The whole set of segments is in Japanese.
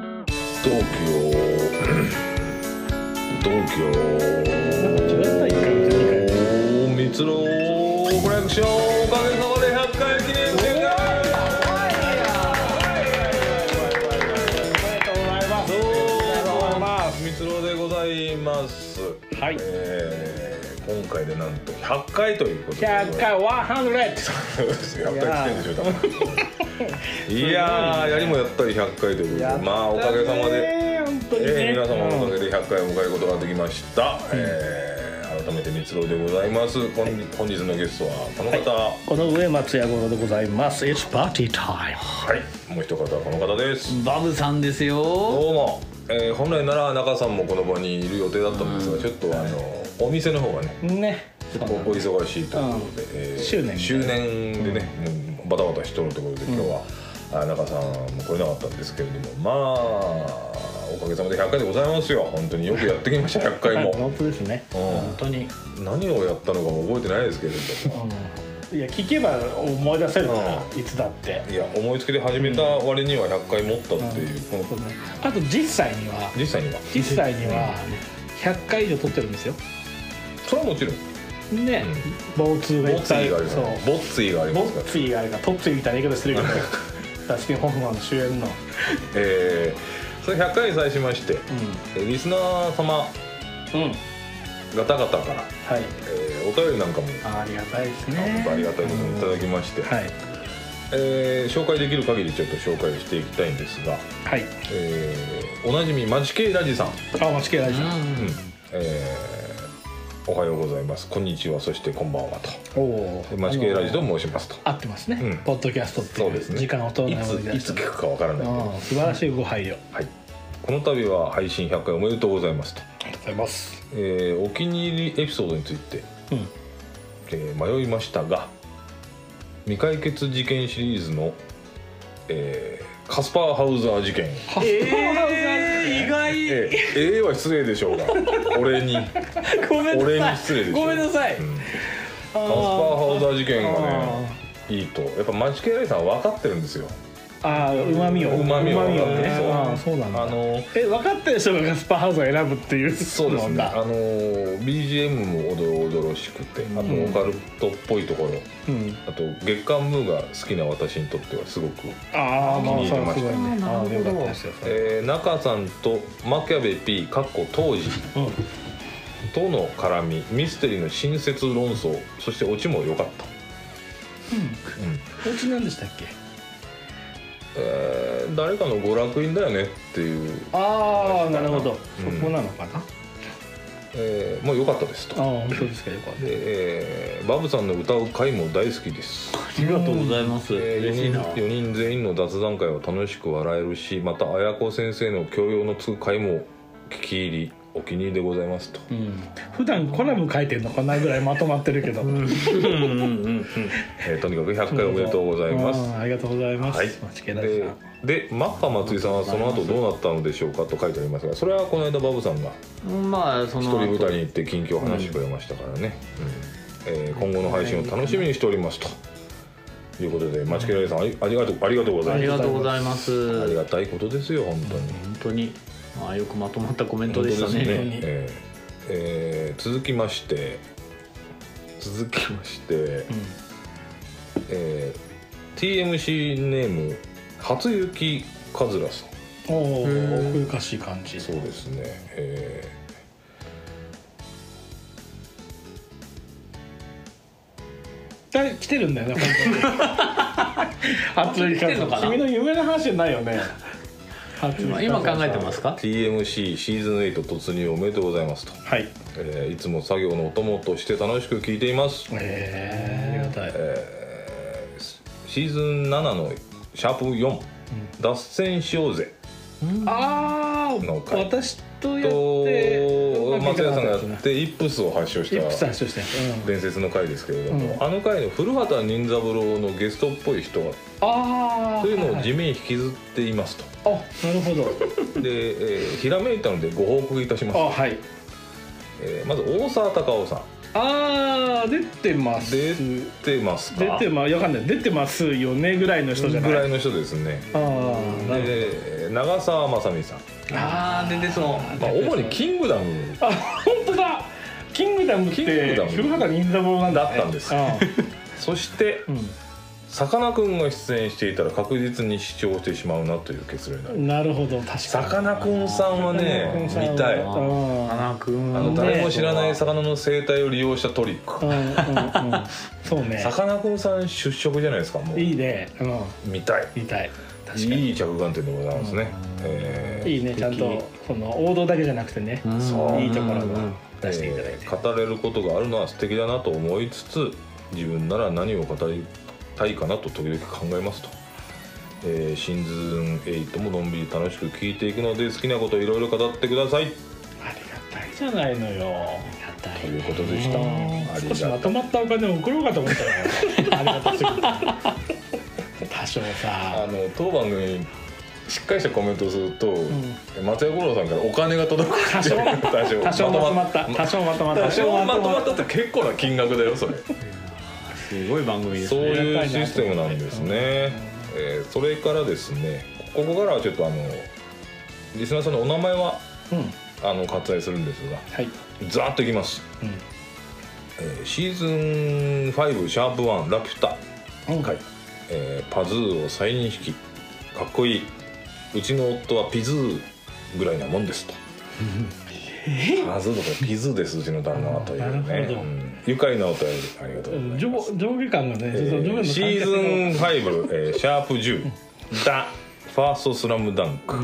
同期を同期を違った一回目と二回三つのコレクションおかげさまで100回記念展開どうも三つ郎でございますはいえー、今回でなんと100回ということで100回100そうですよ100回来てるでしょ多分いやーやりもやったり100回ということでまあおかげさまで本当にね、えー皆様のおかげで100回を迎えることができました、えー改めて三つ郎でございます本日本日のゲストはこの方はこの上松屋五郎でございます。It's party time。い、もう一方はこの方ですバブさんですどようも、えー本来なら中さんもこの場にいる予定だったんですがちょっとあのお店の方がねね。ちょっとお忙しいということで、えー周年周年でね、もうバタバタしとるところで今日は、あ中さんも来れなかったんですけれどもまあおかげさまで100回でございますよ本当によくやってきました100回も本当ですね。うん本当に。何をやったのかも覚えてないですけれどもいや聞けば思い出せるから、ういつだって。いや思いつきで始めた割には100回持ったっていう、このあと実際には実際には実際には100回以上撮ってるんですよ。それはもちろんね。ボツボがいッっツぱいィがありますそう。ボッツィがありボますからッツィがあるからトッツィみたいな言い方するけど。ダスティン・ホフマンの主演の、えーそれ100回に際しまして、えーリスナー様うん、うん、方々から、はい、えーお便りなんかもありがたいです本ね。当ありがたいことにいただきまして、はい、えー紹介できる限りちょっと紹介していきたいんですが、はい、えーおなじみマチケイラジさん、あ、間違いないです。うんえーおはようございますこんにちはそしてこんばんはとおおでマチケイラジと申しますと合ってますね、うんポッドキャストってそういでうすね時間を取いらないものついつ聞くかわからない、は素晴らしいご配慮あい、この度は配信100回おめでとうございますと、りがとうございますえーお気に入りエピソードについて、うんえー迷いましたが未解決事件シリーズの、えーカスパーハウザー事件えー、意外、ええええは失礼でしょう が俺にごめん俺なにさ失礼でしいょごめんなさい、うんあカスパーーハウザー事件がねいいとやっぱマジケライさんは分かってるんですよあーうまみをうまみをねそうあーそうなんだあのえ分かってる人がガスパーハウスを選ぶっていうそうですなんねあだの BGM もおどろおどろしくてあとうんオカルトっぽいところうんあと月刊ムーが好きな私にとってはすごく、ああまあ気にそ入りましれはすたごいねあーああーよかったなるほどですよそれえー中さんとマキャベ P かっこ当時うんとの絡みミステリーの新説論争そしてオチも良かった、うんお家なんでしたっけえー誰かの娯楽院だよねっていう、ああなるほど、うんそこなのかなあえーもう良かったですとあ本当ですかよかったで、えーバブさんの歌う回も大好きです、ありがとうございます、え嬉しいな4人4人全員の雑談会は楽しく笑えるしまた綾子先生の教養のつく回も聞き入りお気に入りでございますとうん普段コラム書いてんのかなぐらいまとまってるけど、うんうんうんえーとにかく100回おめでとうございますあーありがとうございます。はいマチケラジさででん。マッハ松井さんはその後どうなったのでしょうかと書いてありますがそれはこの間バブさんがうんまあそ一の人舞台に行って近況を話してくれましたからね、うんえー今後の配信を楽しみにしておりますということで町倉さんありありがとうありがとうござあいりまがとうございますすあり本がたいことですよ本当に、当にまあよくまとまったコメント本当でしたねすねえーえー続きまして続きまして、えー TMC ネーム初雪かずらさんおおうー、ん奥ゆかしい感じ。そうですね、え誰来てるんだよね、本当に。初来てんのかな君の夢の話じゃないよね。初。まあ今考えてますすか TMC シーズン8突入おめでとうございますと、はい。えーいつも作業のお供として楽しく聞いていますええ、ありがたい。シーズン7のシャープ4、脱線しようぜあのあ、回私とやって。と松屋さんがやっね。てイップスを発症しイップスた発症して。うん。伝説の回ですけれども、うんあの回の古畑任三郎のゲストっぽい人がああ。というのをは地い面に引きずっていますと、はいあ、なるほど。 で、えーひらめいたのでご報告いたします、あ、はい。えーまず大沢たかおさんああ、出てます。出出てますかてま、わかんない。出てますよねぐらいの人じゃない。ぐらいの人ですねああ、なるで長澤まさみさんほああ出てそうまあ、主にキングダムあ本当だキングダムっキングてダム古畑任三郎なんだねだったんですあそしてあさかなクンが出演していたら確実に視聴してしまうなという結論になうるんなるほど確かにさかなクンさんはさかなクねンさんは見たいああー花くんのね誰も知らない魚の生態を利用したトリッうクんうんうんそうねさかなクンさん出色じゃないですかもういいねうん見たい見たい確かにいい着眼点でございますね、えーいいねちゃんとその王道だけじゃなくてねそういいところがが出していただいてえー語れることがあるのは素敵だなと思いつつ自分なら何を語りたいかなと時々考えますと、えーシーズン8ものんびり楽しく聞いていくので好きなことをいろいろ語ってくださいありがたいじゃないのよということでしたあり少しがまととうまったお金を送ろうかと思った らありがたすぎて多少あさの当番組にしっかりしたコメントをすると、ん松屋五郎さんからお金が届く多少多少多少まとまった多少まとまった多少まとまったって結構な金額だよそれすごい番組ですそうねいうシステムなんですね。えーそれからですね、ここからはちょっとあのリスナーさんのお名前はうんあの割愛するんですが、はいざーっといきます。えーシーズン5シャープ1ラピュタ、うんはいえーパズーを再認識、かっこいい。うちの夫はピズーぐらいなもんですと。パズーとかピズーですうちの旦那はというなねる。ほどうん愉快なお便りありがとうございます。上上下感がね、え上下ーのシーズン5、えーシャープ10「ダ・ファーストスラムダンク」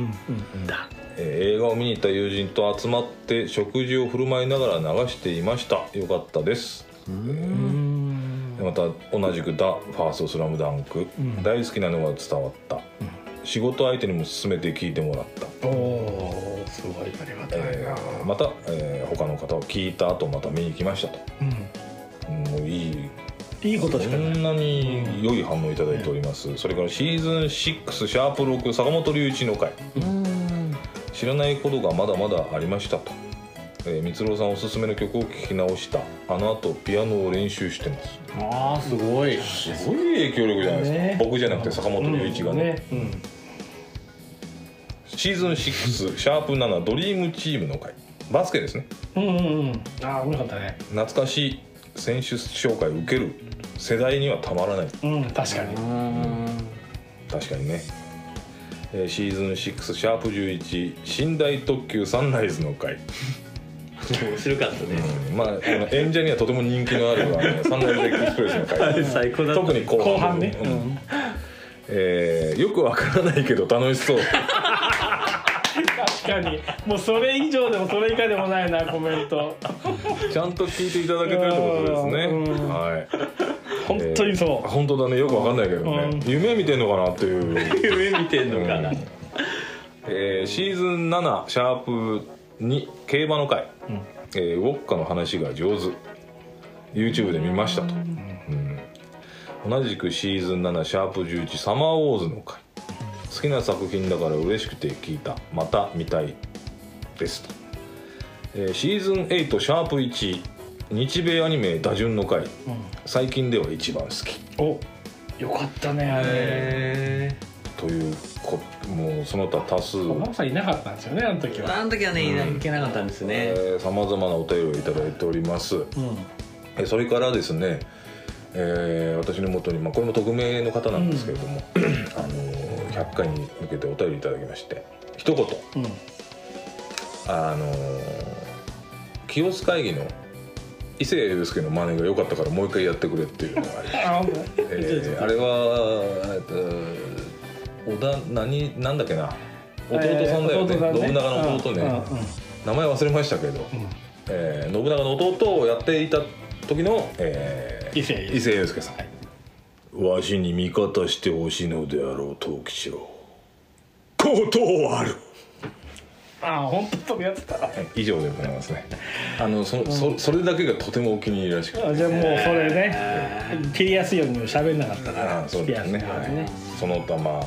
えー映画を見に行った友人と集まって食事を振る舞いながら流していましたよかったですでまた同じく「ダ・ファーストスラムダンク」大好きなのが伝わった、仕事相手にも勧めて聞いてもらった、おおーすごいありがたいえな、ーまた、えー他の方を聞いた後また見に行きましたと、うんもういいいいことしかこない、んなに良い反応いただいております、それからシーズン6シャープ6坂本龍一の会知らないことがまだまだありましたとえー光郎、さんおすすめの曲を聴き直したあの後ピアノを練習してますああすごいすごい影響力じゃないですか、ね僕じゃなくて坂本龍一がね,、うんシーズン6シャープ7ドリームチームの会バスケですねうんうんうんああ面白かったね懐かしい選手紹介受ける世代にはたまらないうん確かに確かにね、えーシーズン6シャープ11寝台特急サンライズの回、面白かったねまああの演者にはとても人気のあるあのサンライズエクスプレスの 回最高だった特に後半後半ね、ううんん、えーよくわからないけど楽しそう確かにもうそれ以上でもそれ以下でもないなコメントちゃんと聞いていただけてるってことですね、うんはい本当にそえー本当だねよくわかんないけどね、うん夢見てんのかなっていう上見てんのかなうん えーシーズン7シャープ2競馬の回、えーウォッカの話が上手 YouTube で見ましたと、うん同じくシーズン7シャープ11サマーウォーズの回好きな作品だから嬉しくて聞いたまた見たいですと、えーシーズン8シャープ1日米アニメ打順の回、最近では一番好きうおよかったねあれへというこもうその他多数ママさんいなかったんですよねあの時えはあの時はねいけなかったんですねさまざまなお便りをいただいております、うんえそれからですね、えー私のもとに、まあ、これも匿名の方なんですけれども、あのー100回に向けてお便りいただきまして一言うんあのー清須会議の伊勢祐介の真似が良かったからもう一回やってくれっていうのが ありあ本当えーあれはえっと小田何なんだっけな弟さんだよね,、えー弟信長の弟ね、うんうん名前忘れましたけど、えー信長の弟をやっていた時の、えー伊勢伊勢祐介さん、わしに味方してほしいのであろう藤吉郎断るああ本当とやってたあ以上でございますね あのそ,、そそれだけがとてもお気に入りらしくてじゃあもうそれね切りやすいようにも喋んなかったあらそうですね切りやはすいようにい、その他まあ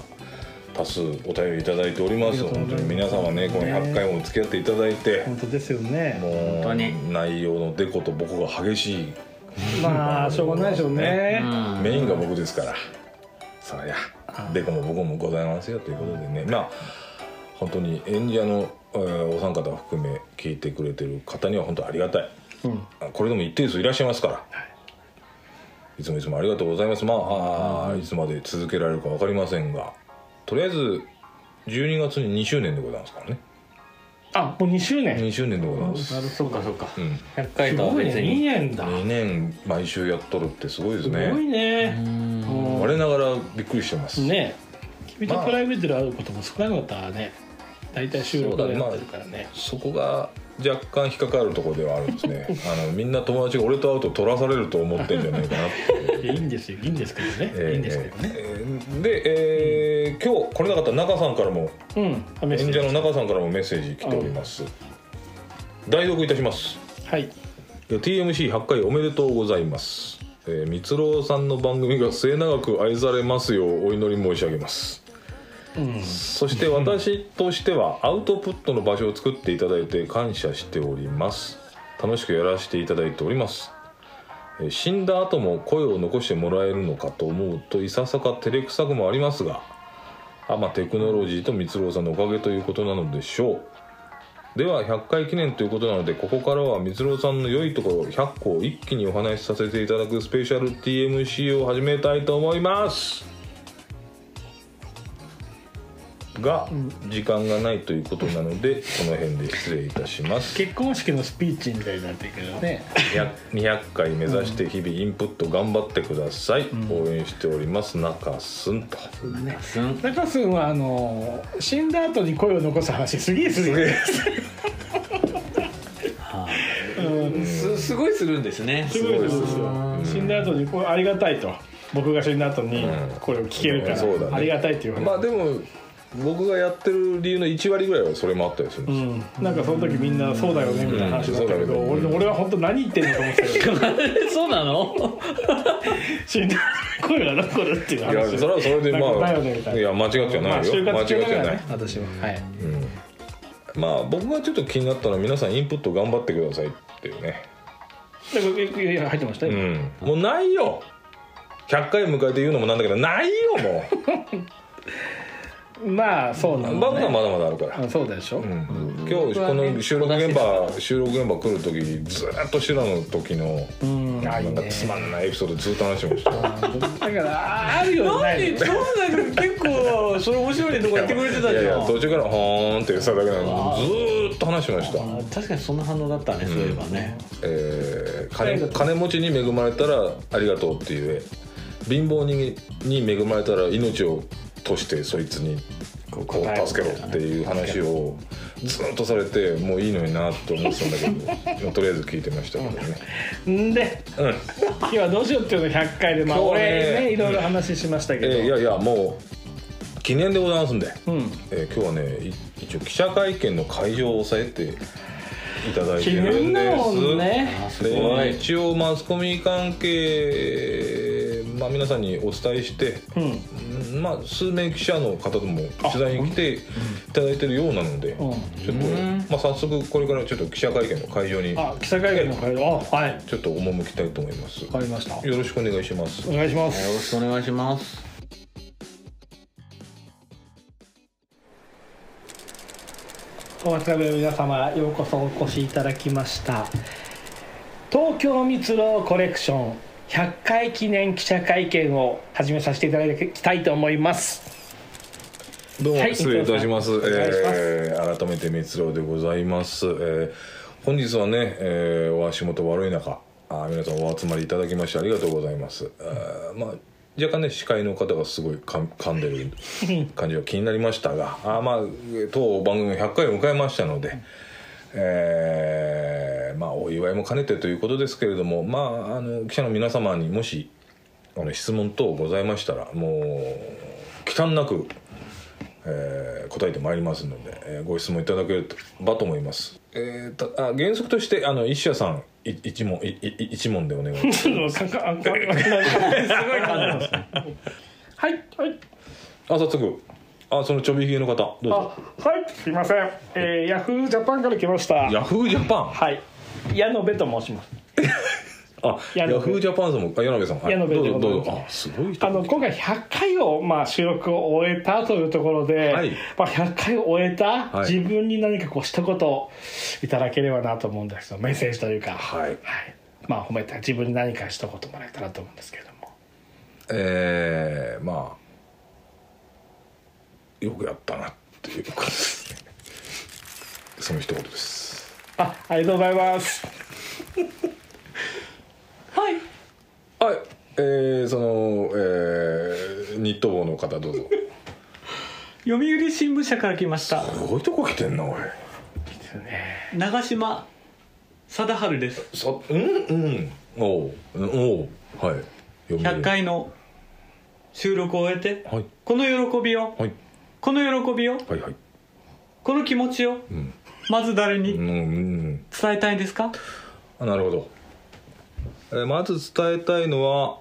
多数お便りいただいておりますありがと本当うございますに皆様ねこの100回も付き合っていただいて、本当ですよねもう本当に内容のデコと僕が激しいまあしょうがないでしょうねうんメインが僕ですから、そりゃデコも僕もございますよということでねまあ本当に演者の、えーお三方を含め聞いてくれてる方には本当ありがたい、これでも一定数いらっしゃいますから、い、つもいつもありがとうございますまああーいつまで続けられるか分かりませんがとりあえず12月に2周年でございますからねあもう2周年2周年でございます、そっかそっかうん、 100回すとはごいね別2に年だ2年毎週やっとるってすごいですすねごいねも我ながらびっくりしてます、うね君とプライベートで会うことも少なかったらね大体収録でやってるからねそこが若干引っかかるところではあるんです ねあのみんな友達が俺と会うと取らされると思ってんじゃないかなっていういやいいんですよいいんですけどね、えー いいんですけどねえーで、えー今日来れなかった中さんからもうん試演し者ての中さんからもメッセージ来ております代読いたしますはいえー TMC100 回おめでとうございますえー光郎さんの番組が末永く愛されますようお祈り申し上げますうんそして私としてはアウトプットの場所を作っていただいて感謝しております楽しくやらせていただいておりますえー死んだ後も声を残してもらえるのかと思うといささか照れくさくもありますがアマテクノロジーと光郎さんのおかげということなのでしょうでは100回記念ということなのでここからは光郎さんの良いところ100個を一気にお話しさせていただくスペシャル TMC を始めたいと思いますが、時間がないということなのでこの辺で失礼いたします結婚式のスピーチみたいになってるけどね200 200回目指して日々インプット頑張ってください、応援しております中すんとすん中須はあのー死んだ後に声を残す話すげえするよね うんすすごいするんですねすごいことですようん死んだ後にこれありがたいと僕が死んだ後にうんこれを聞けるかそうだねらありがたいっていう話まあでも僕がやってる理由の1割ぐらいはそれもあったりするんうですよ、ん、なんかその時みんな「そうだよね」みたいな話だったけど、うん俺俺は本当何言ってんのと思ってたけど そうなの死んだ声が残るっていういや話それはそれでまなんかあだよねみたいないや間違ってはないよ、まあ間就違っ活中てだからはない、ね私ははいうん、まあ僕がちょっと気になったのは皆さんインプット頑張ってくださいっていうねなんかいやいや入ってました、うんもうないよ100回迎えて言うのもなんだけどないよも まあそうなんうだ、バグがね、まだまだあるからあそうだでしょ、うん今日この収録現場収録現場来る時ずーっと修羅の時のうんあいないんかねつまんないエピソードずっと話してましたあだからああるよないそうなの結構それ面白いとこ言ってくれてたいやいじやゃん途中から「ほーん」って言ってただけなのにずーっと話してました、あ確かにそんな反応だったねそういえばねえー金金持ちに恵まれたら「ありがとう」って言え貧乏にに恵まれたら命を賭してそいつにこう助けろっていう話をずーっとされてもういいのになと思ってたんだ けどとりあえず聞いてましたけどねんでうん今日はどうしようっていうの100回でまあ今日俺はねねいろいろ話しましたけえど、ーいやいやもう記念でございますんで、うんえー今日はねい一応記者会見の会場を押さえていただいて記るん念だでもすんねあすごでい一応マスコミ関係、まあ、皆さんにお伝えして、うんうんまあ、数名記者の方とも取材に来ていただいてるようなので、うんちょっと、まあ、早速これからちょっと記者会見の会場にあ記者会見の会あはいわちょっと赴きたいと思います。かりましたよろしくお願いしますお。願いしますよろしくお願いしますお集まりの皆様ようこそお越しいただきました東京蜜ろコレクション100回記念記者会見を始めさせていただきたいと思いますどうもはい失礼いたします。お願いしますえー改めて密郎でございます。えー本日はね、えーお足元悪い中、あー皆さんお集まりいただきましてありがとうございます。あーまあ若干ね司会の方がすごいかん噛んでる 感じが気になりましたが、あーまあえー当番組100回を迎えましたので。えーまあ、お祝いも兼ねてということですけれども、まあ、あの記者の皆様にもしあの質問等ございましたらもう忌憚なく、えー答えてまいりますので、えーご質問いただければと思います、えーたあ原則としてあの一社さんい一問いい一問でお願いしますすごい感じですねはいはい あ早速あそのちょびひげの方どうあぞはいすいません、えー、ヤフージャパンから来ましたヤフージャパンはい矢野部と申しますあ矢ヤ野フージャパンさんもあ矢野部さんはい矢野部どうでぞございどまうすぞあすごい人あの今回100回を、まあ、収録を終えたというところで、はいまあ、100回を終えた、はい自分に何かこう一言いただければなと思うんですけどメッセージというか、はいまあ、褒めた自分に何か一言もらえたらと思うんですけれどもえー、まあよくやったなっていうことですね その一言ですあありがとうございますはいはいえー、その、えー、ニット帽の方どうぞ読売新聞社から来ました すごいとこ来てんなおい長嶋貞治ですそうんうんおううんおうはい読売100回の収録を終えてはいこの喜びをはいこの喜びをはいはいこの気持ちをうんまず誰うにんうん伝えたいですかあなるほど、えーまず伝えたいのは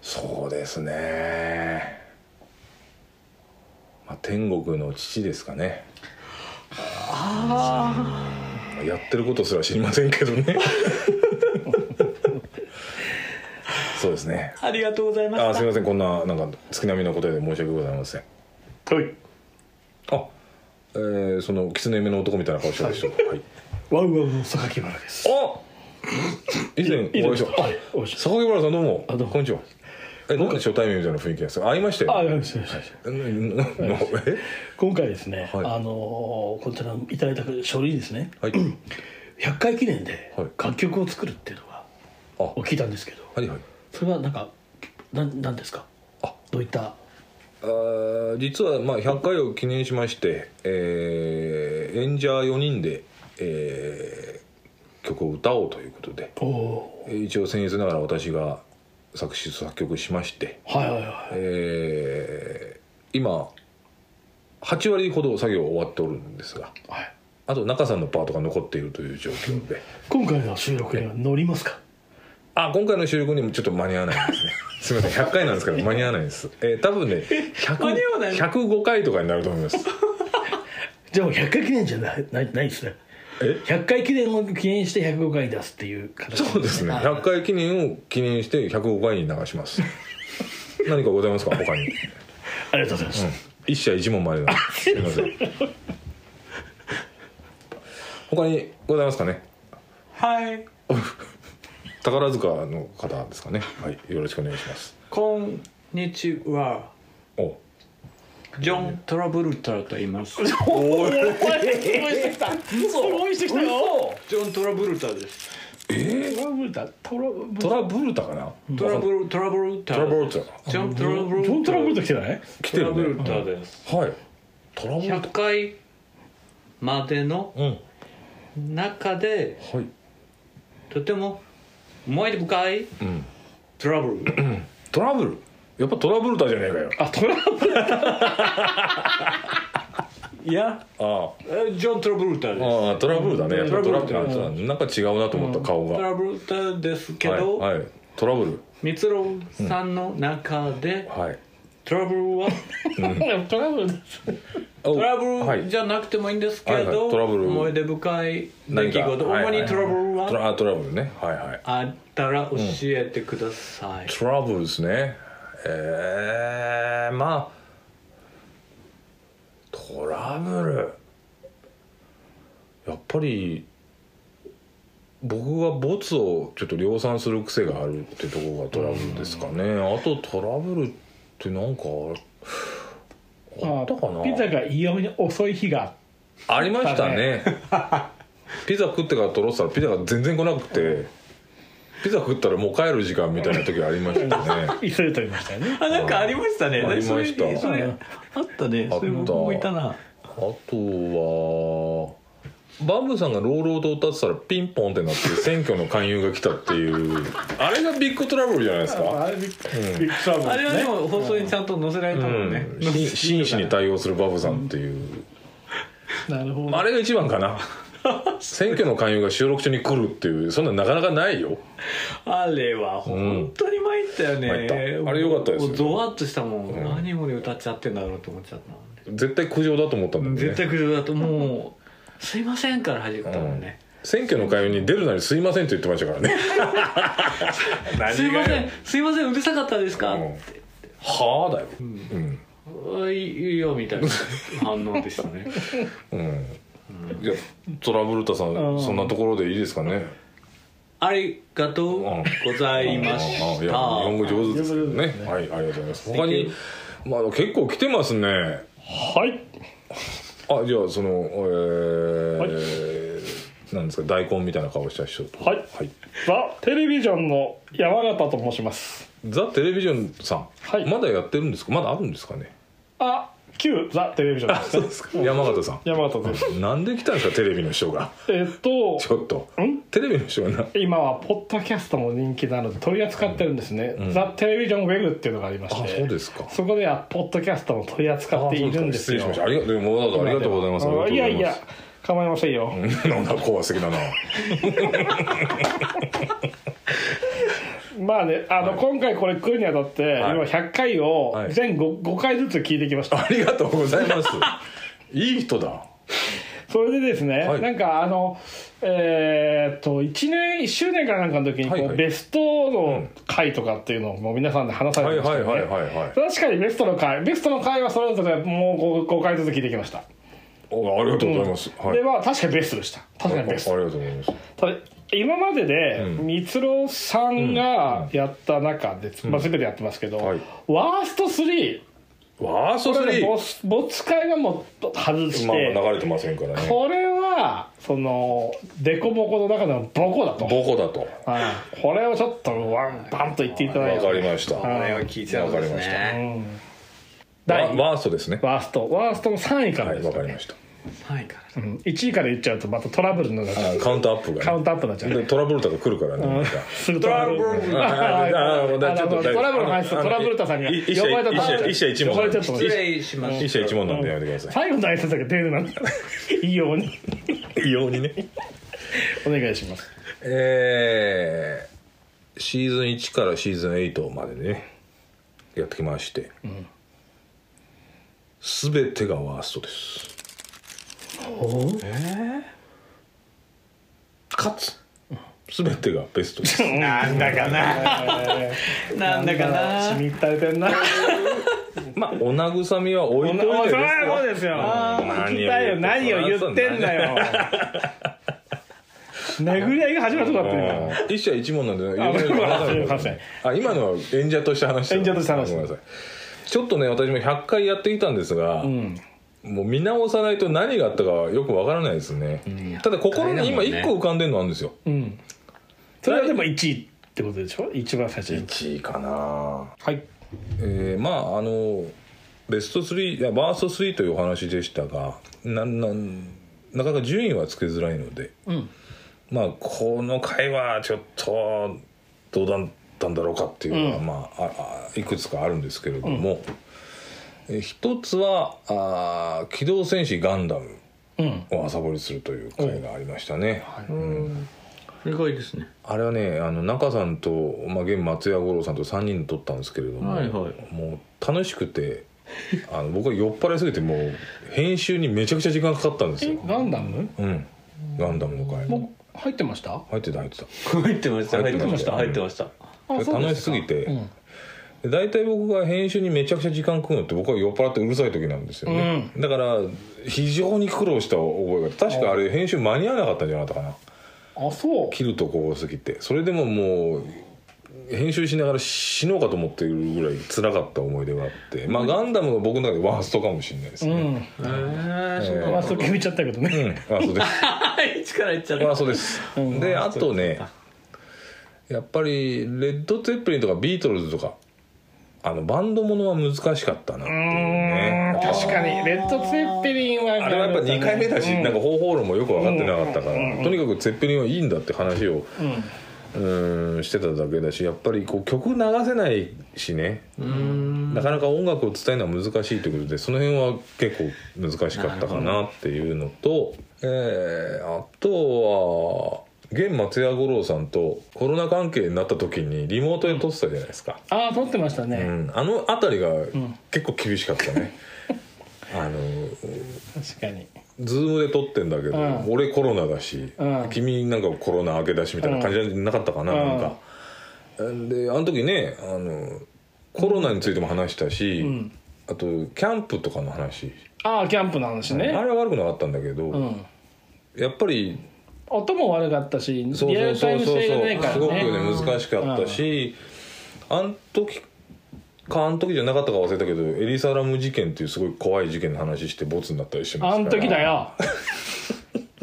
そうですね、まあ、天国の父ですかねああやってることすら知りませんけど ねそうですねありがとうございまあすみましせんこんななんか月並みの答えで申し訳ございませんはいあえー、その狐目の男みたいな顔してる人はいワウワウの榊原ですあ以前お会いしたあはいお会いしまし榊原さんどうもあどうもこんにちはえなんで初対面みたいな雰囲気なんですか会いましたたよあよしよしよしえなななえ今回ですね、はいあのーこちらのいただいた書類にですねはい100回記念ではい楽曲を作るっていうのがあを聞いたんですけどはいはいそれはなんかなんなんですかあどういったあー実はまあ100回を記念しまして、えー演者4人で、えー曲を歌おうということでおおえー一応僭越ながら私が作詞作曲しましてーはいはいはいえー今8割ほど作業終わっておるんですがはいあと中さんのパートが残っているという状況で今回の収録には乗りますかあ今回の収録にもちょっと間に合わないですね すみません100回なんですけど間に合わないです、えー多分ね100間に合わない105回とかになると思いますじゃあもう100回記念じゃないないないですねえ100回記念を記念して105回出すっていう形そうですねはい100回記念を記念して105回に流します 何かございますか他に、ありがとうございまうす、ん、一社一問までなんですすみません他にございますかねたはい宝塚の方ですかね。はい、よろしくお願いします。こんにちはお、ジョン・トラブルターと言いますおーすごいしてきたすごいしてきたよジョン・トラブルターですえトラブルだトラブー、ルトラブルタかな。トラブルトラブルタトラブルタタ。ジョン・トラブルタジョントラブルと来てない来てトラるブルねタ。ーですはい。トラブルタ100。回までのうん。は中でい。とても思い出深いうん。トラブルトラブル。やっぱトラブルタじゃねえかよ。あトラブルいやあジョン・トラブルターあ、ですああ、トラブルだね。やっぱトラブルトラブルだ。なんか違うなと思った顔トが。ラブルターですけど、はい。はいトラブル。三郎さんの中ではい。トラブルはトラブルですトトラブはいル。じゃなくてもいいんですけはいはどいトラブル思い出深い出何来か事はい主にトラブルトはラあトラブルね。はいはい。あったら教えてください、トラブルですねえー、まあトラブルやっぱり僕はボツをちょっと量産する癖があるってとこがトラブルですかね、あとトラブルってなんかあったかなピザが異様に遅い日があってありましたねピザ食ってからとろってたらピザが全然来なくてピザ食ったらもう帰る時間みたいな時ありましたね急いでとりましたよねあなんかありましたねありましたそれそれあったねあったそれ僕もいたなあとはバブさんが朗々と歌ってたらピンポンってなって選挙の勧誘が来たっていう あれがビッグトラブルじゃないですか、あれビッビッグトラブルあれはでねも放送にちゃんと載せられうたもんね、ん、し真摯に対応するバブさんっていう、なるほどあれが一番かな 選挙の勧誘が収録中に来るっていうそんななかなかないよあれは本当に参ったよね、参ったあれ良かったですよもうゾワッとしたもん、何もで歌っちゃってんだろうと思っちゃったもんね絶対苦情だと思ったんだよね絶対苦情だともう「すいません」から始まったもんね、選挙の会に出るなりすいませんと言ってましたから ねすいませうんすいませんうるさかったですか、んはあだよ、うんあいいよみたいな反応でしたねうんいやトラブルタさんうんそんなところでいいですかねありがとうございましああいたや日本語上手ですけどね上手ですねはいありがとうございます他にまあ結構来てますねはいあじゃあそのえーはいなんですか大根みたいな顔した人とはいはいザ・テレビジョンの山形と申しますザ・テレビジョンさん、はいまだやってるんですかまだあるんですかねあ旧ザ・テレビジョンです ね山形さん山形ですなんで来たんですかテレビの人が えっとちょっとんテレビの人がな今はポッドキャストも人気なので取り扱ってるんですね、うんザ・テレビジョンウェブっていうのがありましてあそうですかそこではポッドキャストも取り扱っているんですあよそうか失礼しましたありがでもわざわざありがとうございますありがとうございやますいや構いませんよ、うん なんだ怖すぎだなまあねあの、今回これ来るにあたって、はい今100回をはい全 5, 5回ずつ聞いてきました、ありがとうございます いい人だそれでですね、はいなんかあのえーっと1年1周年かなんかの時にこはう、いはいベストの回とかっていうのをもう皆さんで話さはれいてましはたいよね、はいはいはい確かにベストの回ベストの回はそれぞれもう 5, 回ずつ聞いてきました、おありがとうございます、はいでまあ確かにベストでした確かにベスあトありがとうございますただ今まででうん光郎さんがやった中で、まあ、全てやってますけど、はいワースト3ワースこトれね3ボスボツ会はもう外しまあて、流れてませんからねこれはそのデコボコの中でのボコだと、ボコだとわはいこれをちょっとワンバンと言っていただいてかりましたはわいこれは聞いちゃうんでわすかりましたね第ワーストですねワーストワーストの3位からはいですわよかりねましたはいからうん1位から言っちゃうとまたトラブルになっちゃうあカウントアップがねカウントアップになっちゃうでトラブルタが来るからねまたすぐトラブルあああああちょっとのトラブルの話あのトラブルタさんにい一呼社ばれた一社一社一問呼ばれちゃった失礼しま一し社一問なんでやめてくださ最後の挨拶だけ丁寧なんだ異様にい異様にねお願いしますえーシーズン1からシーズン8までねやってきまして、全てがワーストですかつ全てがベストです たなんだかななんだかしなみったれてんなまあお慰みは置いそとんいなてそうですよ何を言う聞きたいよ何を言ってんだよ巡り合いが始まったことだったようん一社一問なんで、ね、あいろいろ話さないでくださごめんいあ今のは演者として話してる演者として話してごめるんなさいちょっとね私も100回やってきたんですが、んもう見直さないと何があったかはよくわからないですね、ただ心に今あれだも1個浮んねかんでるのあるんですようんそれはでも1位ってことでしょ一番最初に1位かなはいえーまああのベスト3いやバースト3というお話でしたがなんなんなかなか順位はつけづらいので、んまあこの回はちょっとどうだったんだろうかっていうのは、うんまあああいくつかあるんですけれども、えー一つはあー機動戦士ガンダム」うんを朝掘りするという回がありましたね。すごいですねあれはねあの中さんと、まあ、現松屋五郎さんと3人で撮ったんですけれども、はいはもう楽しくてあの僕は酔っ払いすぎてもう編集にめちゃくちゃ時間かかったんですえよ、ガンダムうん、ガンダムの回入もう入ってましたってた入ってた入ってました入入っっててままししたた入ってましたあそうで楽しかすぎて、うんで大体僕が編集にめちゃくちゃ時間食うのって僕は酔っ払ってうるさい時なんですよね、だから非常に苦労した覚えが確かあれ編集間に合わなかったんじゃなかったかなあそう切るとこ多すぎてそれでももう編集しながら死のうかと思っているぐらい辛かった思い出があってまあガンダムが僕の中でワーストかもしれないですうね、うんんえーそうえなーんまだ あそこ決めちゃったけどねワーストですはい力いっちゃっワーたストです、んであとねやっぱりレッド・ツェッペリンとかビートルズとかあのバンドものは難しかったなっていううーんね確かにレッド・ツェッペリンはあれはやっぱ2回目だし、うんなんか方法論もよく分かってなかったから、とにかくツェッペリンはいいんだって話をううーんしてただけだしやっぱりこう曲流せないしねなかなか音楽を伝えるのは難しいということでその辺は結構難しかったかなっていうのと、えーあとは現松屋五郎さんとコロナ関係になった時にリモートで撮ってたじゃないですか、ああ撮ってましたうねん、あ の辺りが結構厳しかったね、あの確かにズームで撮ってんだけど、うん俺コロナだし、うん君なんかコロナ明けだしみたいな感じじゃなかったかな、うんなんかであの時ねあのコロナについても話したし、んあとキャンプとかの話、ああキャンプの話ねあれは悪くなかったんだけど、うんやっぱり音も悪かったしそうリアそうそルタイうムそう性がないからすごくねね難しかったし、あん時かあん時じゃなかったか忘れたけどエリサラム事件っていうすごい怖い事件の話してボツになったりしてますあからん時 だよ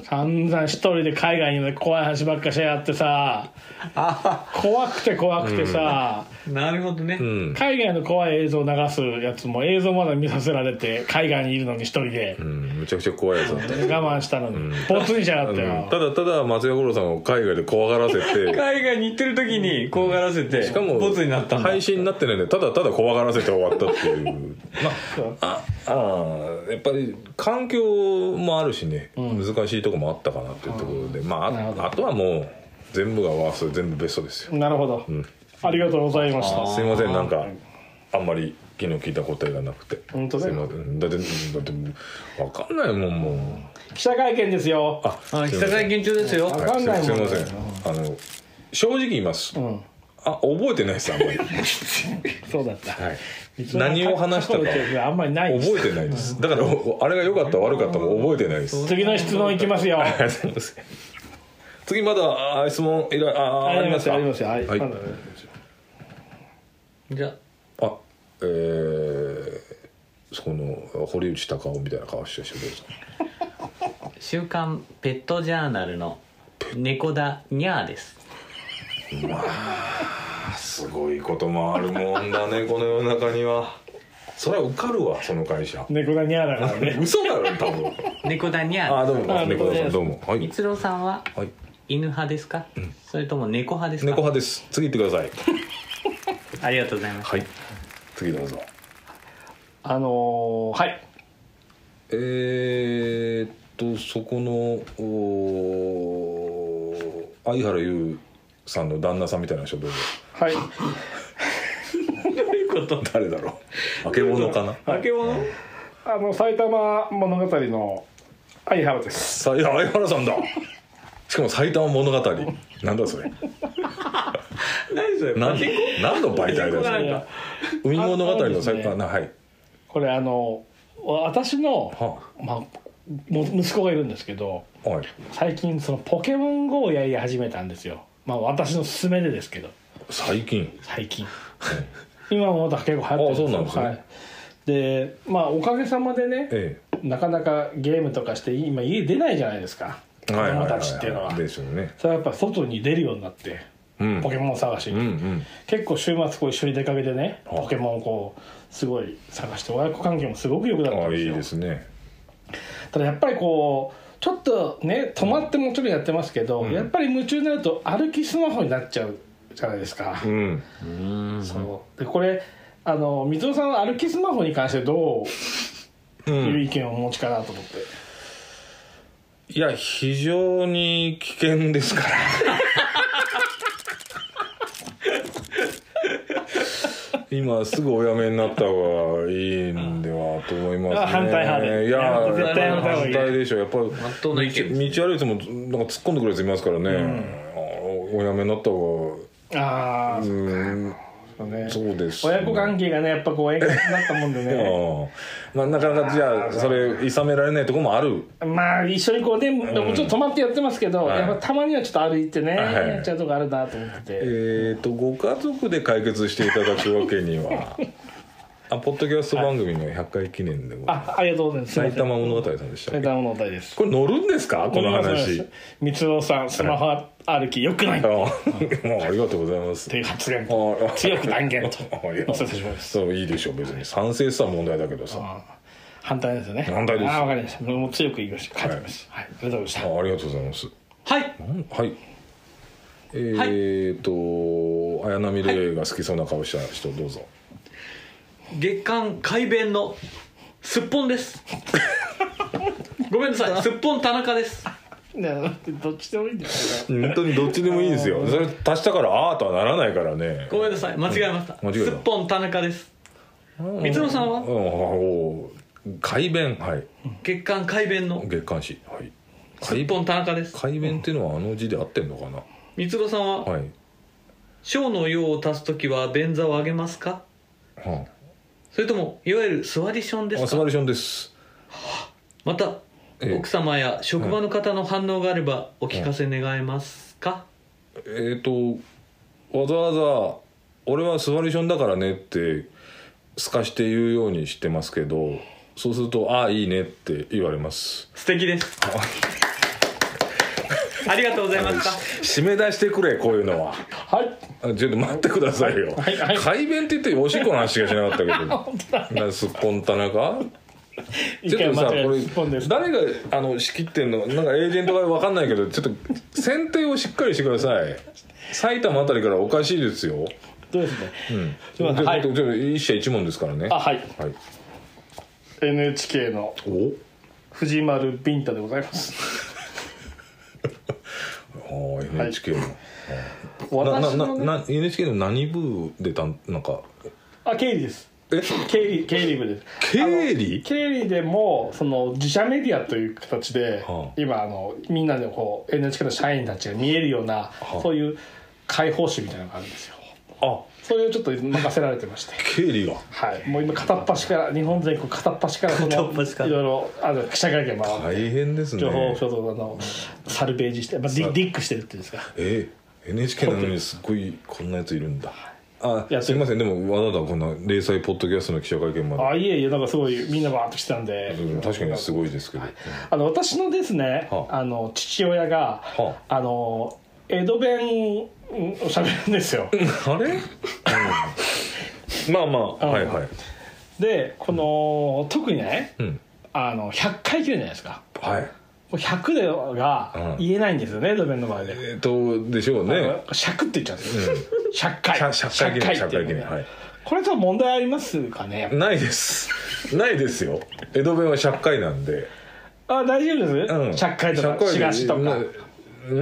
散々一人で海外に怖い話ばっかしやってさあ怖くて怖くてさ、あなるほどね、うん海外の怖い映像を流すやつも映像まだ見させられて海外にいるのに一人でうん、むちゃくちゃ怖いやつだった我慢したのにボツにしやがったうんよただただ松屋五郎さんを海外で怖がらせて海外に行ってる時に怖がらせてしかもボツになったんだ配信になってないんでただただ怖がらせて終わったっていうまああああやっぱり環境もあるしね、難しいとこもあったかなっていうところで、まなるあほどああとはもう全部がワースト全部ベストですよなるほど、ありがとうございましたすいませんなんかあんまり昨日聞いた答えがなくて本当だすいよませんだってだって分かんないもんもう記者会見ですよああす記いませ者ん会見中ですよ、わはかいんすないすもいんませんあの正直言います、うんあ覚えてないですあんまり、はそうだったい、 何を話したか過去の記憶があんまりない覚えてないです だからおあれが良かった悪かったも覚えてないです次の質問いきますよはいすいません 次まだあ質問いらあありますかありますよありますよはいはいじゃああえー、そこの堀内孝雄みたいな顔してしてください「週刊ペットジャーナル」の猫だにゃーですすごいこともあるもんだね この世の中にはそれは受かるわその会社猫がニャーだからね嘘だろ多分猫だにゃあーどうもあ猫田さ猫田でんすどうもはい、逸郎さんははい、犬派ですか、それとも猫派です猫か派です次行ってくださいありがとうございますはい次どうぞ あのー、はいえー、っとそこのおー相原優さんの旦那さんみたいな人どうぞはいどういうこと誰だろ うあけぼのかな化け物あの埼玉物語の相原ですさいや相原さんだしかも埼玉物語なんだそれ何それ何パチンコ何の媒体だよそ パチンコれなんか海物語のあそうで最すね高なはいこれあの私の、はまあ、も息子がいるんですけどあはい最近そのポケモン GO をやり始めたんですよまあ私の勧めでですけど最近最近今もまだ結構流行ってるあそうなんはい、でまあおかげさまでねえなかなかゲームとかして今家出ないじゃないですかえ子供たちっていうのはですよねそれはやっぱ外に出るようになってうんポケモン探しに、うんうん結構週末こう一緒に出かけてねはいポケモンをこうすごい探して親子関係もすごく良くなったあんあですいいよですねただやっぱりこうちょっとね止まってもちろんやってますけど、んやっぱり夢中になると歩きスマホになっちゃうじゃないですかう、んそうでこれあの水尾さんは歩きスマホに関してどうういうん意見をお持ちかなと思って、いや非常に危険ですから 今すぐおやめになった方がいいんではと思いますねあ反対反対いやいや絶絶対対反反対対でしょやっぱり道まっ道と歩うない意見でてすてもなんか突っ込んでくるやついますからね、あおおやめになった方あがあ、うんそうねそうですね親子関係がねやっぱこう円滑になったもんでいやねまあなかなかじゃあそれいさめられないとこもあるまあ一緒にこうね、もちろん止まってやってますけど、はいやっぱたまにはちょっと歩いてね、はいはいやっちゃうとこあるなと思ってて、えー、とご家族で解決していただくわけに はあポッドキャスト番組の100回記念でございますあありがとうございます埼玉物語さんでしたっけ埼玉のお題ですこれ乗るんですかこの話三つ郎さんスマホ歩きよ くないあっもうありがとうございますていう発言とあ強く断言とあいや載 せてしまいますそういいでしょう別に賛成した問題だけどさああ反対ですよね反対ですああわかりましたもう強く言いました書いてみました、はいありがとうございましありがとうございますはいなんはいえー、と綾波レイが好きそうな顔した人どうぞ、月刊改弁のすっぽんですごめんなさいすっぽん田中ですたねだってどっちでもいいんだよ本当にどっちでもいい ですよそれ足したからああとはならないからねごめんなさい間違えました間違えたすっぽん田中ですうん光郎さんはうん、おー改弁はい月刊改弁の月刊誌はいすっ改ぽん田中です改弁っていうのはあの字で合ってんのかな、三つ子さんは、はい、小の用を足すときは便座を上げますかはそれともいわゆるスワリションであ、あすスかバルションですまたええ奥様や職場の方の反応があればお聞かせ願えますか、えっ、とわざわざ「俺はスバルションだからね」ってすかして言うようにしてますけどそうすると「ああいいね」って言われます素敵ですありがとうございました締め出してくれこういうのははいあちょっと待ってくださいよはいはい改弁って言っておしっこの話しかしなかったけど なすっぽん田中一ちょっ回とさ間こ違えれてスポンです誰があの仕切ってんのなんかエージェントが分かんないけどちょっと選定をしっかりしてください埼玉あたりからおかしいですよ、そうですねうん、すいませんちょはいちょちょ一社一問ですからねあははいい NHK のお藤丸ビンタでございますあー NHK の、 な私なの、ね、なな NHK の何部でたんなんかあ経理ですえ経理経理部です経理経理でもその自社メディアという形で、はあ今あのみんなでこう NHK の社員たちが見えるような、あそういう解放誌みたいなのがあるんですよあそれをちょっと任せられてまして経理がはい、もう今片っ端から日本全国片っ端からその片っ端からいろいろあの記者会見回って大変ですね情報所蔵のサルベージして、まあ、ディディックしてるっていうんですかええ NHK なのにすっごいこんなやついるんだあいやすいませんでもわざわざこんな零細ポッドキャストの記者会見まであいえいえなんかすごいみんなバーッと来てたんでうん確かにすごいですけど、あの私のですね、はああ、の父親が、はあ、の江戸弁うんをしゃべるんで すよあれ、まあまあはいはいでこの特にねうんあの100回切るじゃないですかはいこれ100でが言えないんですよね、江戸弁の場合で、えっ、とでしょうね尺って言っちゃうんですよ、100回しゃ社会記念社会記念ははいこれと問題ありますかねないですないですよ江戸弁は社会なんで、あ大丈夫です、うん、 100回と社か会で東となかんど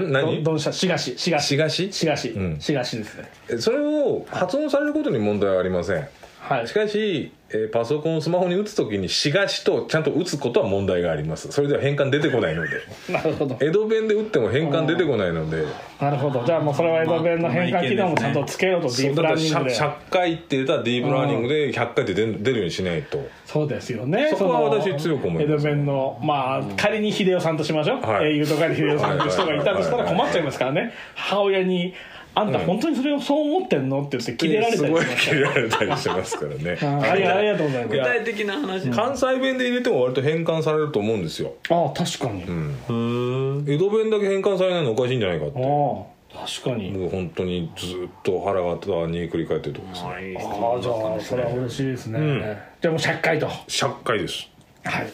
何どんしゃ東東しがし東うん東ですねえそれを発音されることに問題はありませんはいしかし、えーパソコンスマホに打つ時に「しがし」とちゃんと打つことは問題がありますそれでは変換出てこないのでなるほど江戸弁で打っても変換出てこないのでなるほどじゃあもうそれは江戸弁の変換機能もちゃんとつけようとそディうーだプかラらーニング100で100回って言ったらディープラーニングで100回って出る出るようにしないとそうですよねそこはの私強く思います江戸弁のまあ仮に秀夫さんとしましょう、はい英雄とかに秀夫さんという人がいたとしたはいはらいはい困っちゃいますからね母親に「あんた本当にそれをそう思ってんの?」って言ってキレられすたりしごまいす切れられたりしてますから ねありありがとうございます具体的な話関西弁で入れても割と変換されると思うんですよああ確かに、江戸弁だけ変換されないのおかしいんじゃないかってもああ確かにう本当にずっと腹がたに繰り返ってるとこですねああじゃあそれは嬉しいですね、じゃあもう100回とは100回です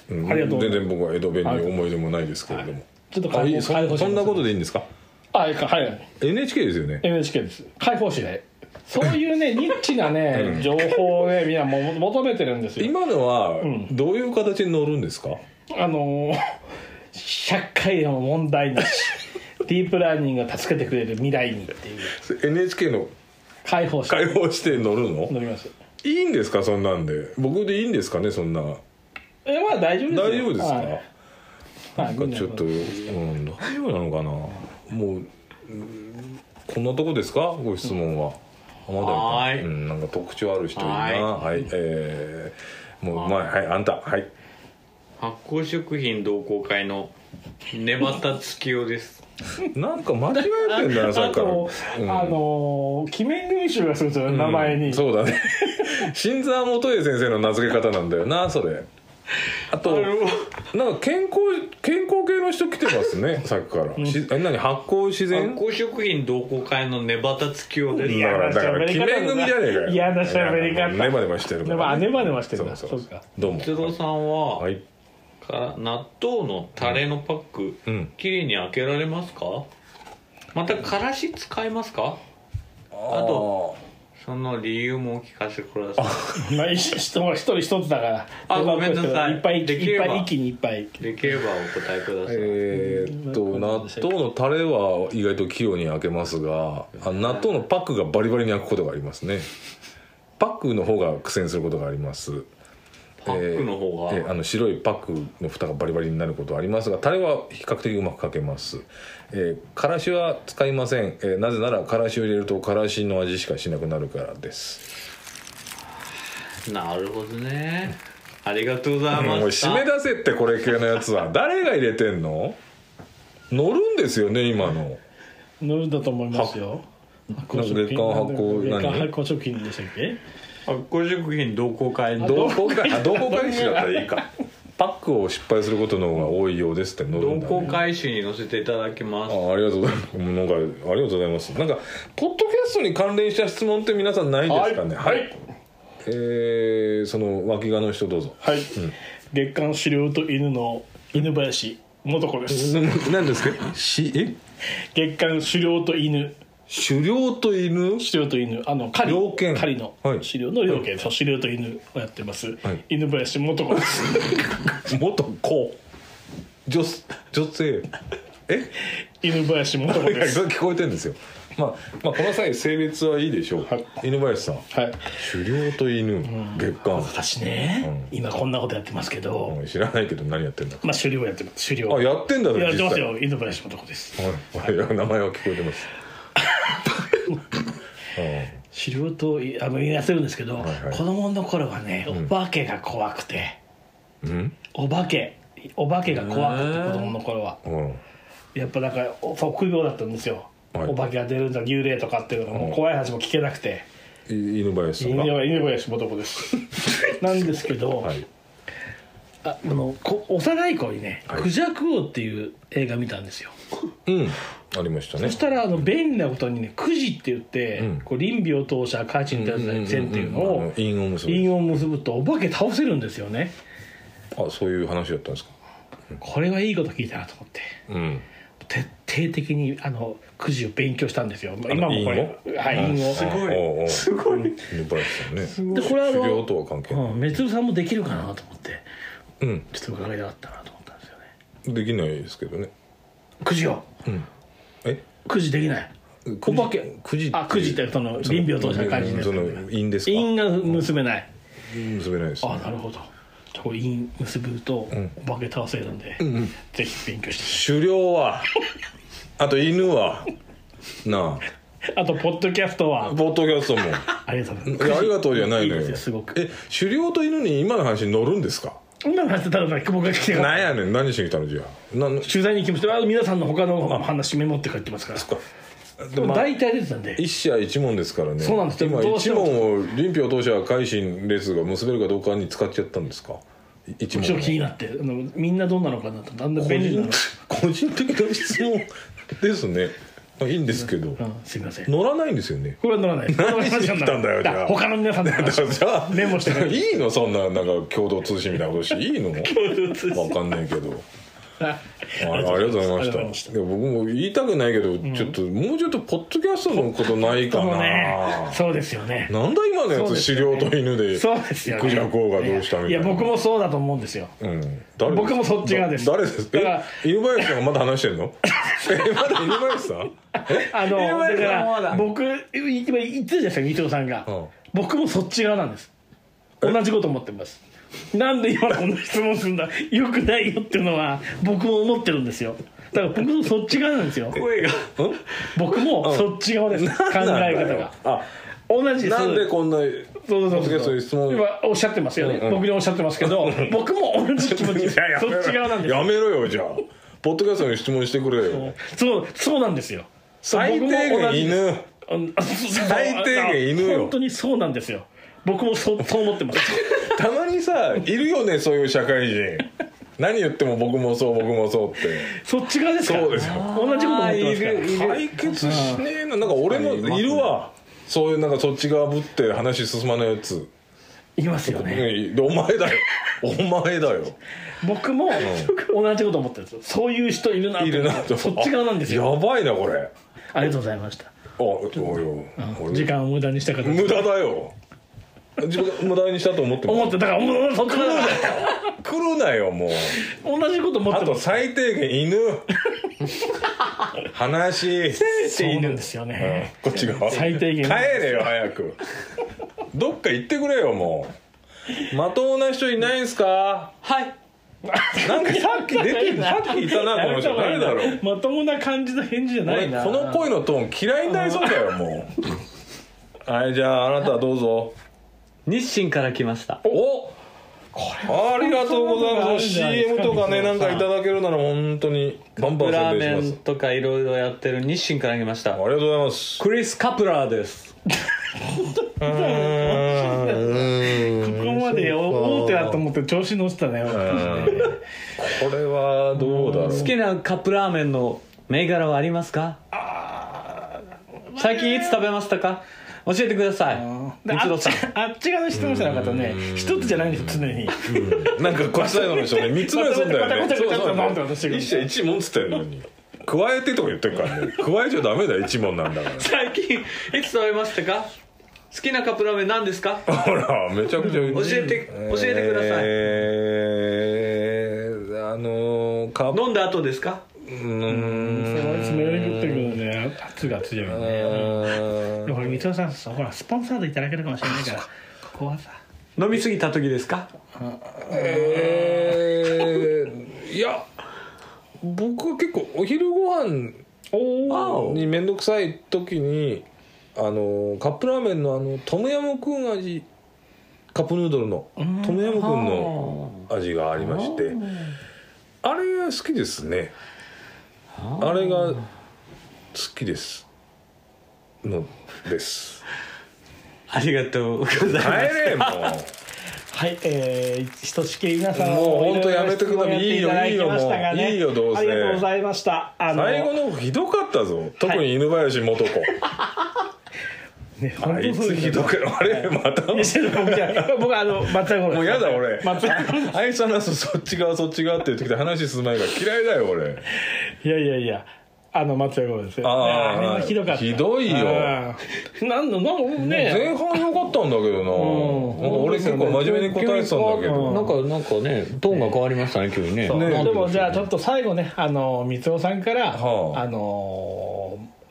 い、うんありがとうござい全ます然僕は江戸弁に思い出もないですけれども、ちょっとあい解い放そ解放しますそんなことでいいんですかあいいかはい NHK ですよね NHK です解放誌でそうい うねニッチなね情報をねみんなも求めてるんですよ今のはどういう形に乗るんですか、あのー、100回でも問題なし ディープラーニングが助けてくれる未来にっていう NHK の解放誌解放して乗るの乗りますいいんですかそんなんで僕でいいんですかねそんなえまあ大丈夫ですよ大丈夫ですか、はいはいなんかちょっと、うん、大丈夫なのかなもう、うんこんなとこですかご質問は、まだはーいうん、なんか特徴ある人いるなはーいはいえー、もうまあはいあんたはい発酵食品同好会の根端月夫ですなんか間違えてんだなさっあきから、と、うんあのー、鬼面組集がするんですよね名前に、うんそうだね 新沢元栄先生の名付け方なんだよなそれあとなんか健康健康系の人来てますねさっきから、しえ何発酵自発然酵食品同好会の根端月夫ですいだやからだから鬼面組じゃねえかよ嫌な喋り方ネバネバしてるからネバネバしてるなそうそうそうかどうも哲郎さんは、はいから納豆のタレのパック、うん綺麗に開けられますかまたからし使いますかあとその理由もお聞かせくださいまあ、一人一人一つだから。あごめんなさいっぱい、できいっればぱい一気にいっぱい。できればお答えください、えーっと納豆のタレは意外と器用に開けますがあ納豆のパックがバリバリに開くことがありますねパックの方が苦戦することがありますパックの方が、えーあの白いパックの蓋がバリバリになることはありますがタレは比較的うまくかけます、えーからしは使いません、えーなぜならからしを入れるとからしの味しかしなくなるからですなるほどねありがとうございもうました締め出せってこれ系のやつは誰が入れてんの乗るんですよね今の乗るんだと思いますよ発なんか月間発行月間何発行食品でしたっけ発酵食品同好会の同好会あ同好会誌だったら いいかパックを失敗することの方が多いようですって乗るん同だ、ね、好会誌に載せていただきますあありがとうございます。なんかありがとうございます。なんかポッドキャストに関連した質問って皆さんないですかね。はい。えー、その脇側の人どうぞ。はい、月刊狩猟と犬の犬林素子です何ですか。しえ月刊狩猟と犬狩猟と犬。狩猟と犬あの狩り猟犬狩りのはい狩猟の猟犬と狩猟と犬をやってます、い犬林素子で す元子。女女性。え犬林素子これです聞こえてるんですよ。まあまあこの際性別はいいでしょう。はい犬林さん。はい狩猟と犬月刊。私ね、今こんなことやってますけど、うん知らないけど何やってんだか。まあ狩猟やってます狩猟あやってんだねやって実ます際。よ犬林素子ですはいいや名前は聞こえてます。うん狩猟といあのやってるんですけど、はいはい子供の頃はねお化けが怖くて、んお化けお化けが怖くて子供の頃はうんやっぱなんかお臆病だったんですよ、はいお化けが出るんだ幽霊とかっていうのがもう怖い話も聞けなくて、い犬林さん犬がは犬林素子です なんですけど、はいああのこ幼い子にね「はいクジャク王」っていう映画見たんですよ、うんありましたねそしたらあの便利なことにね「くじ」って言って、うんこう臨病当者家賃だったり善っていうのんんんあを陰を結ぶ韻を結ぶとお化け倒せるんですよねあそういう話だったんですかこれはいいこと聞いたなと思ってうん徹底的にあのくじを勉強したんですよまああ今のもこれはい韻をすごいすごい犬林さんねでこれはあ狩猟のとは関係ないうんめつぶさんもできるかなと思ってうんちょっと伺いたかったなと思ったんですよねできないですけどねくじをえくじできないお化けくじあくじってその臨病当者の感じですその陰ですか韻が結べない結べないですあなるほどじゃあこれ韻結ぶとお化け倒せるんでぜひ勉強して狩猟はあと犬はなあとポッドキャストはあポッドキャストもありがとうございいますやありがとうじゃないのいよいですよすごくえ狩猟と犬に今の話に乗るんですか今の話してたのか僕が来てからなんやねん何しに来たのじゃあなん取材に行きましたあ皆さんの他の話メモって帰ってますからでも大体出てたんで一社一問ですからねそうなんです今どうして一も問を林票当社改心列が結べるかどうかに使っちゃったんですかい一問むしろ気になってあのみんなどうなのかなとだんだん個便利人なの、 個人的な質問ですねまあいいんですけどうん、すみません乗らないんですよねこれは乗らないです何しに来たんだよじゃあだ他の皆さん のだ話からじゃあメモしてないいいのそんななんか共同通信みたいなことしていいのわかんないけ どああありがとうございまありがとうございしまたいや僕も言いたくないけど、ちょっともうちょっとポッドキャストのことないかそうな、ねそうですよねなんだ今のやそうつです狩よ猟ねと犬でそうですよねクジャコウがどうしたみたいないや僕もそうだと思うんですようん、誰僕もそっち側ですだ誰ですだからえ犬林さんがまだ話して んのえまだ犬林さんえあのやばだいから僕今言ってたじゃないですか伊藤さんが、うん僕もそっち側なんです同じこと思ってますなんで今こんな質問するんだよくないよっていうのは僕も思ってるんですよだから僕もそっち側なんですよ声が僕もそっち側です、考え方なんだよがあ同じですなんでこんなそうそうそうポッドキャストそうで質問今おっしゃってますよね、うんうん僕におっしゃってますけど僕も同じ気持ちですいややめそろっち側なんですやめろよじゃあポッドキャストに質問してくれよそうそうなんですよ最低僕も同限じです犬最最低限犬よ本当にそうなんですよ僕もそうそう思っ てますたまにさいるよねそういう社会人何言っても僕もそう僕もそうってそっち側ですからそうですよ同じこと思ってますからあーいるいる解決しねえななんか俺もいるわそういうなんかそっち側ぶって話進まないやつ、いますよねねでお前だよお前だよ僕も同じこと思ってるんですよそういう人いるなといるなとそっち側なんですよあやばいなこれありがとうございましたあおいよ俺時間を無駄にしたから無駄だよ自分が無駄にしたと思って思もってだからもうそっち側だ来るなよもう同じこと思っあてまとす最低限 犬話そうなんですよねこっちが最低限帰れよ早くどっか行ってくれよもうまともな人いないんすかはいなんかさっき出てるさっきいたなこの人誰だろうまともな感じの返事じゃない俺なこの声のトーン嫌いになりそうだよもうはいじゃああなたどうぞ日清から来ましたおありがとうございますそんなことあるん CM じゃないですかとかねなんかいただけるなら本当にバンバンラ宣ーメ伝しンますとかいろいろやってる日清から来ましあたりがとうございますクリス・カプラーですここまで大手だと思って調子乗ってたねこれはどうだろう好きなカップラーメンの銘柄はありますか最近いつ食べましたか教えてくださいであ一郎っちさんあっち側の質問者の方ね一つじゃないんです常 になんかこっちの人ね3つぐらいそんだよまねとそめうてそうまとめてまとめてまとめてまとめて一社一問っつってんのに加えてとか言ってるからね加えちゃダメだよ一問なんだから最近いつ食べましたか好きなカップラーメン何ですかほらめちゃくちゃ教えて教えてくださいえー、あのー、カップ飲んだ後ですかうーん爪より食ってくるね圧が強いよねでもこれ三尾さんさほらスポンサードいただけるかもしれないからここはさ飲み過ぎた時ですかえー、いや僕は結構お昼ご飯おに面倒くさい時にあのカップラーメンのあのトムヤムクン味カップヌードルのトムヤムクンの味がありましてあれが好きですねあれが好きですのですありがとうございま帰すれもはいえーひとしきり皆さんもうほんとやめてくださいろろ質問やってただきましたがねいいよいいよもういいよどうせありがとうございました あうの最後のひどかったぞ特に犬林素子ねあ本当いそうつですひよどくあれま たいやちょっと僕じゃあ僕あの松田もうやだ俺松田君 あいつ話すそっち側そっち側って言ってきて話進まないから嫌いだよ俺いやいやいやあの松屋五郎ですよあああれはひどかったひどいようんなんのなんのね前半良かったんだけどな,、んなんか俺結構真面目に答えてたんだけど、うんなんかなんかねトーンが変わりましたね急にねねなんででもじゃあちょっと最後ねあの三尾さんから、はああ、の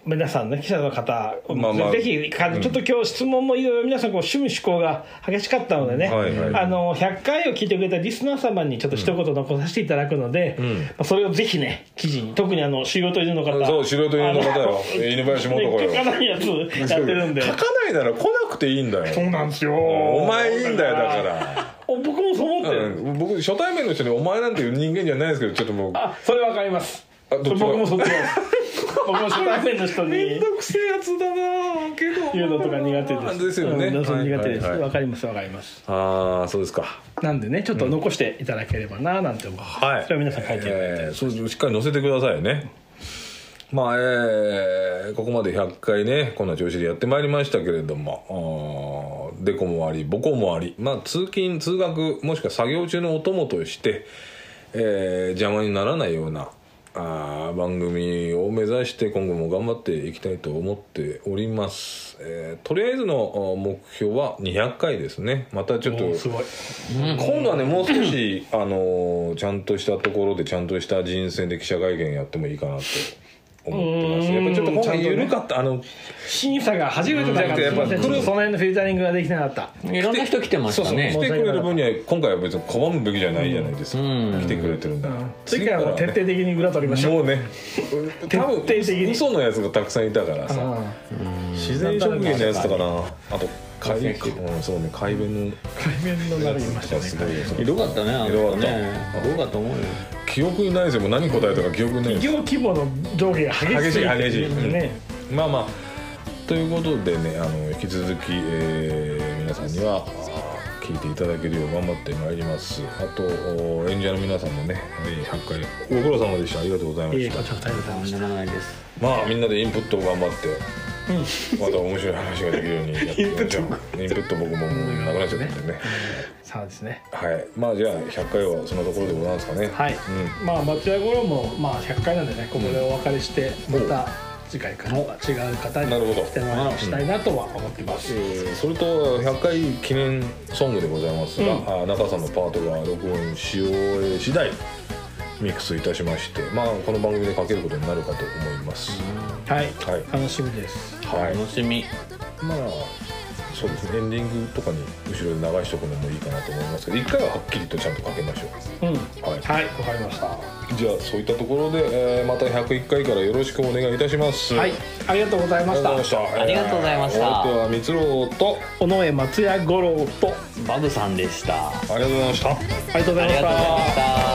皆さんね記者の方、まあまあぜひかちょっと今日質問もいろいろ皆さんこう趣味趣向が激しかったのでね、はいはいあの100回を聞いてくれたリスナー様にちょっと一言残させていただくので、まあ、それをぜひね記事に特にあの仕事犬の方そう素人犬の方よあの犬林素子よね書かないやつやってるんで書かないなら来なくていいんだようなんですよおお前いいんだよだから僕もそう思ってる、うん僕初対面の人に「お前なんていう人間じゃないですけどちょっともうあそれわかりますあどっちが僕もそっ ちです僕も初対面の人にくせえやつだなけど言うのとか苦手ですですよね、うんそう苦手ですわ、はいはいはいかりますわかりますああそうですかなんでねちょっと残していただければななんて思う、はいそれは皆さん書いてる、えーそうですしっかり載せてくださいねまあえーここまで100回ねこんな調子でやってまいりましたけれどもあーデコもありボコもあり、まあ、通勤通学もしくは作業中のお供として、えー邪魔にならないようなあー番組を目指して今後も頑張っていきたいと思っております、えーとりあえずのあー目標は200回ですねまたちょっおーとすごい今度はねもう少し あのーちゃんとしたところでちゃんとした人選で記者会見やってもいいかなと思ってますうーんやっぱちょっと今ちゃん回とね緩かった、あの審査が初めてだかうんじらゃすなくてやっぱいませんちょっとその辺のフィルタリングができてなかったいろんな人来てました来ねてくれる分には今回は別に拒むべきじゃないじゃないですか、うん来てくれてるんだから次からはもう徹底的に裏取りましょうもうね多分徹底的に嘘のやつがたくさんいたからうさん自然職人のやつとかなあと改弁うんそうね改弁の海面のなるいました人すごいよひどかったねあの人ねひひどかった思うよ記憶にないですよもう何答えたか記憶にないです企業規模の上下が激し激いしい激しいってうねまあまあということでねあの引き続き、えー皆さんにはあー聞いていただけるよう頑張ってまいりますあとお演者の皆さんもねえー100回ご苦労様でしたありがとうございまいいしこたちら二人でございまとしんたでもないですまあみんなでインプットを頑張って、また面白い話ができるようにやってい きましょうインプット僕ももうなくなっちゃったんでねそうですねはいまあじゃあ100回はそのところでございますかねはい、まあ松屋五郎もまあ100回なんでねここでお別れしてまうんた次回からは違う方になるほど来てもらいしたいなとは思ってます、えーそれと100回記念ソングでございますが、うんあー中さんのパートが録音し終え次第ミックスいたしましてまあこの番組でかけることになるかと思います、はい、はい楽しみですはい楽しみまあそうですねエンディングとかに後ろで流しとくのもいいかなと思いますけど一回ははっきりとちゃんとかけましょうんうはい、はいわかりましたじゃあそういったところで、えーまた101回からよろしくお願いいたしますはいありがとうございましたたありがとうございましたえーお相手は蜜ろと尾上松也五郎とバブさんでした。あありがとうございましたありがとうございまりしがとうございまたした。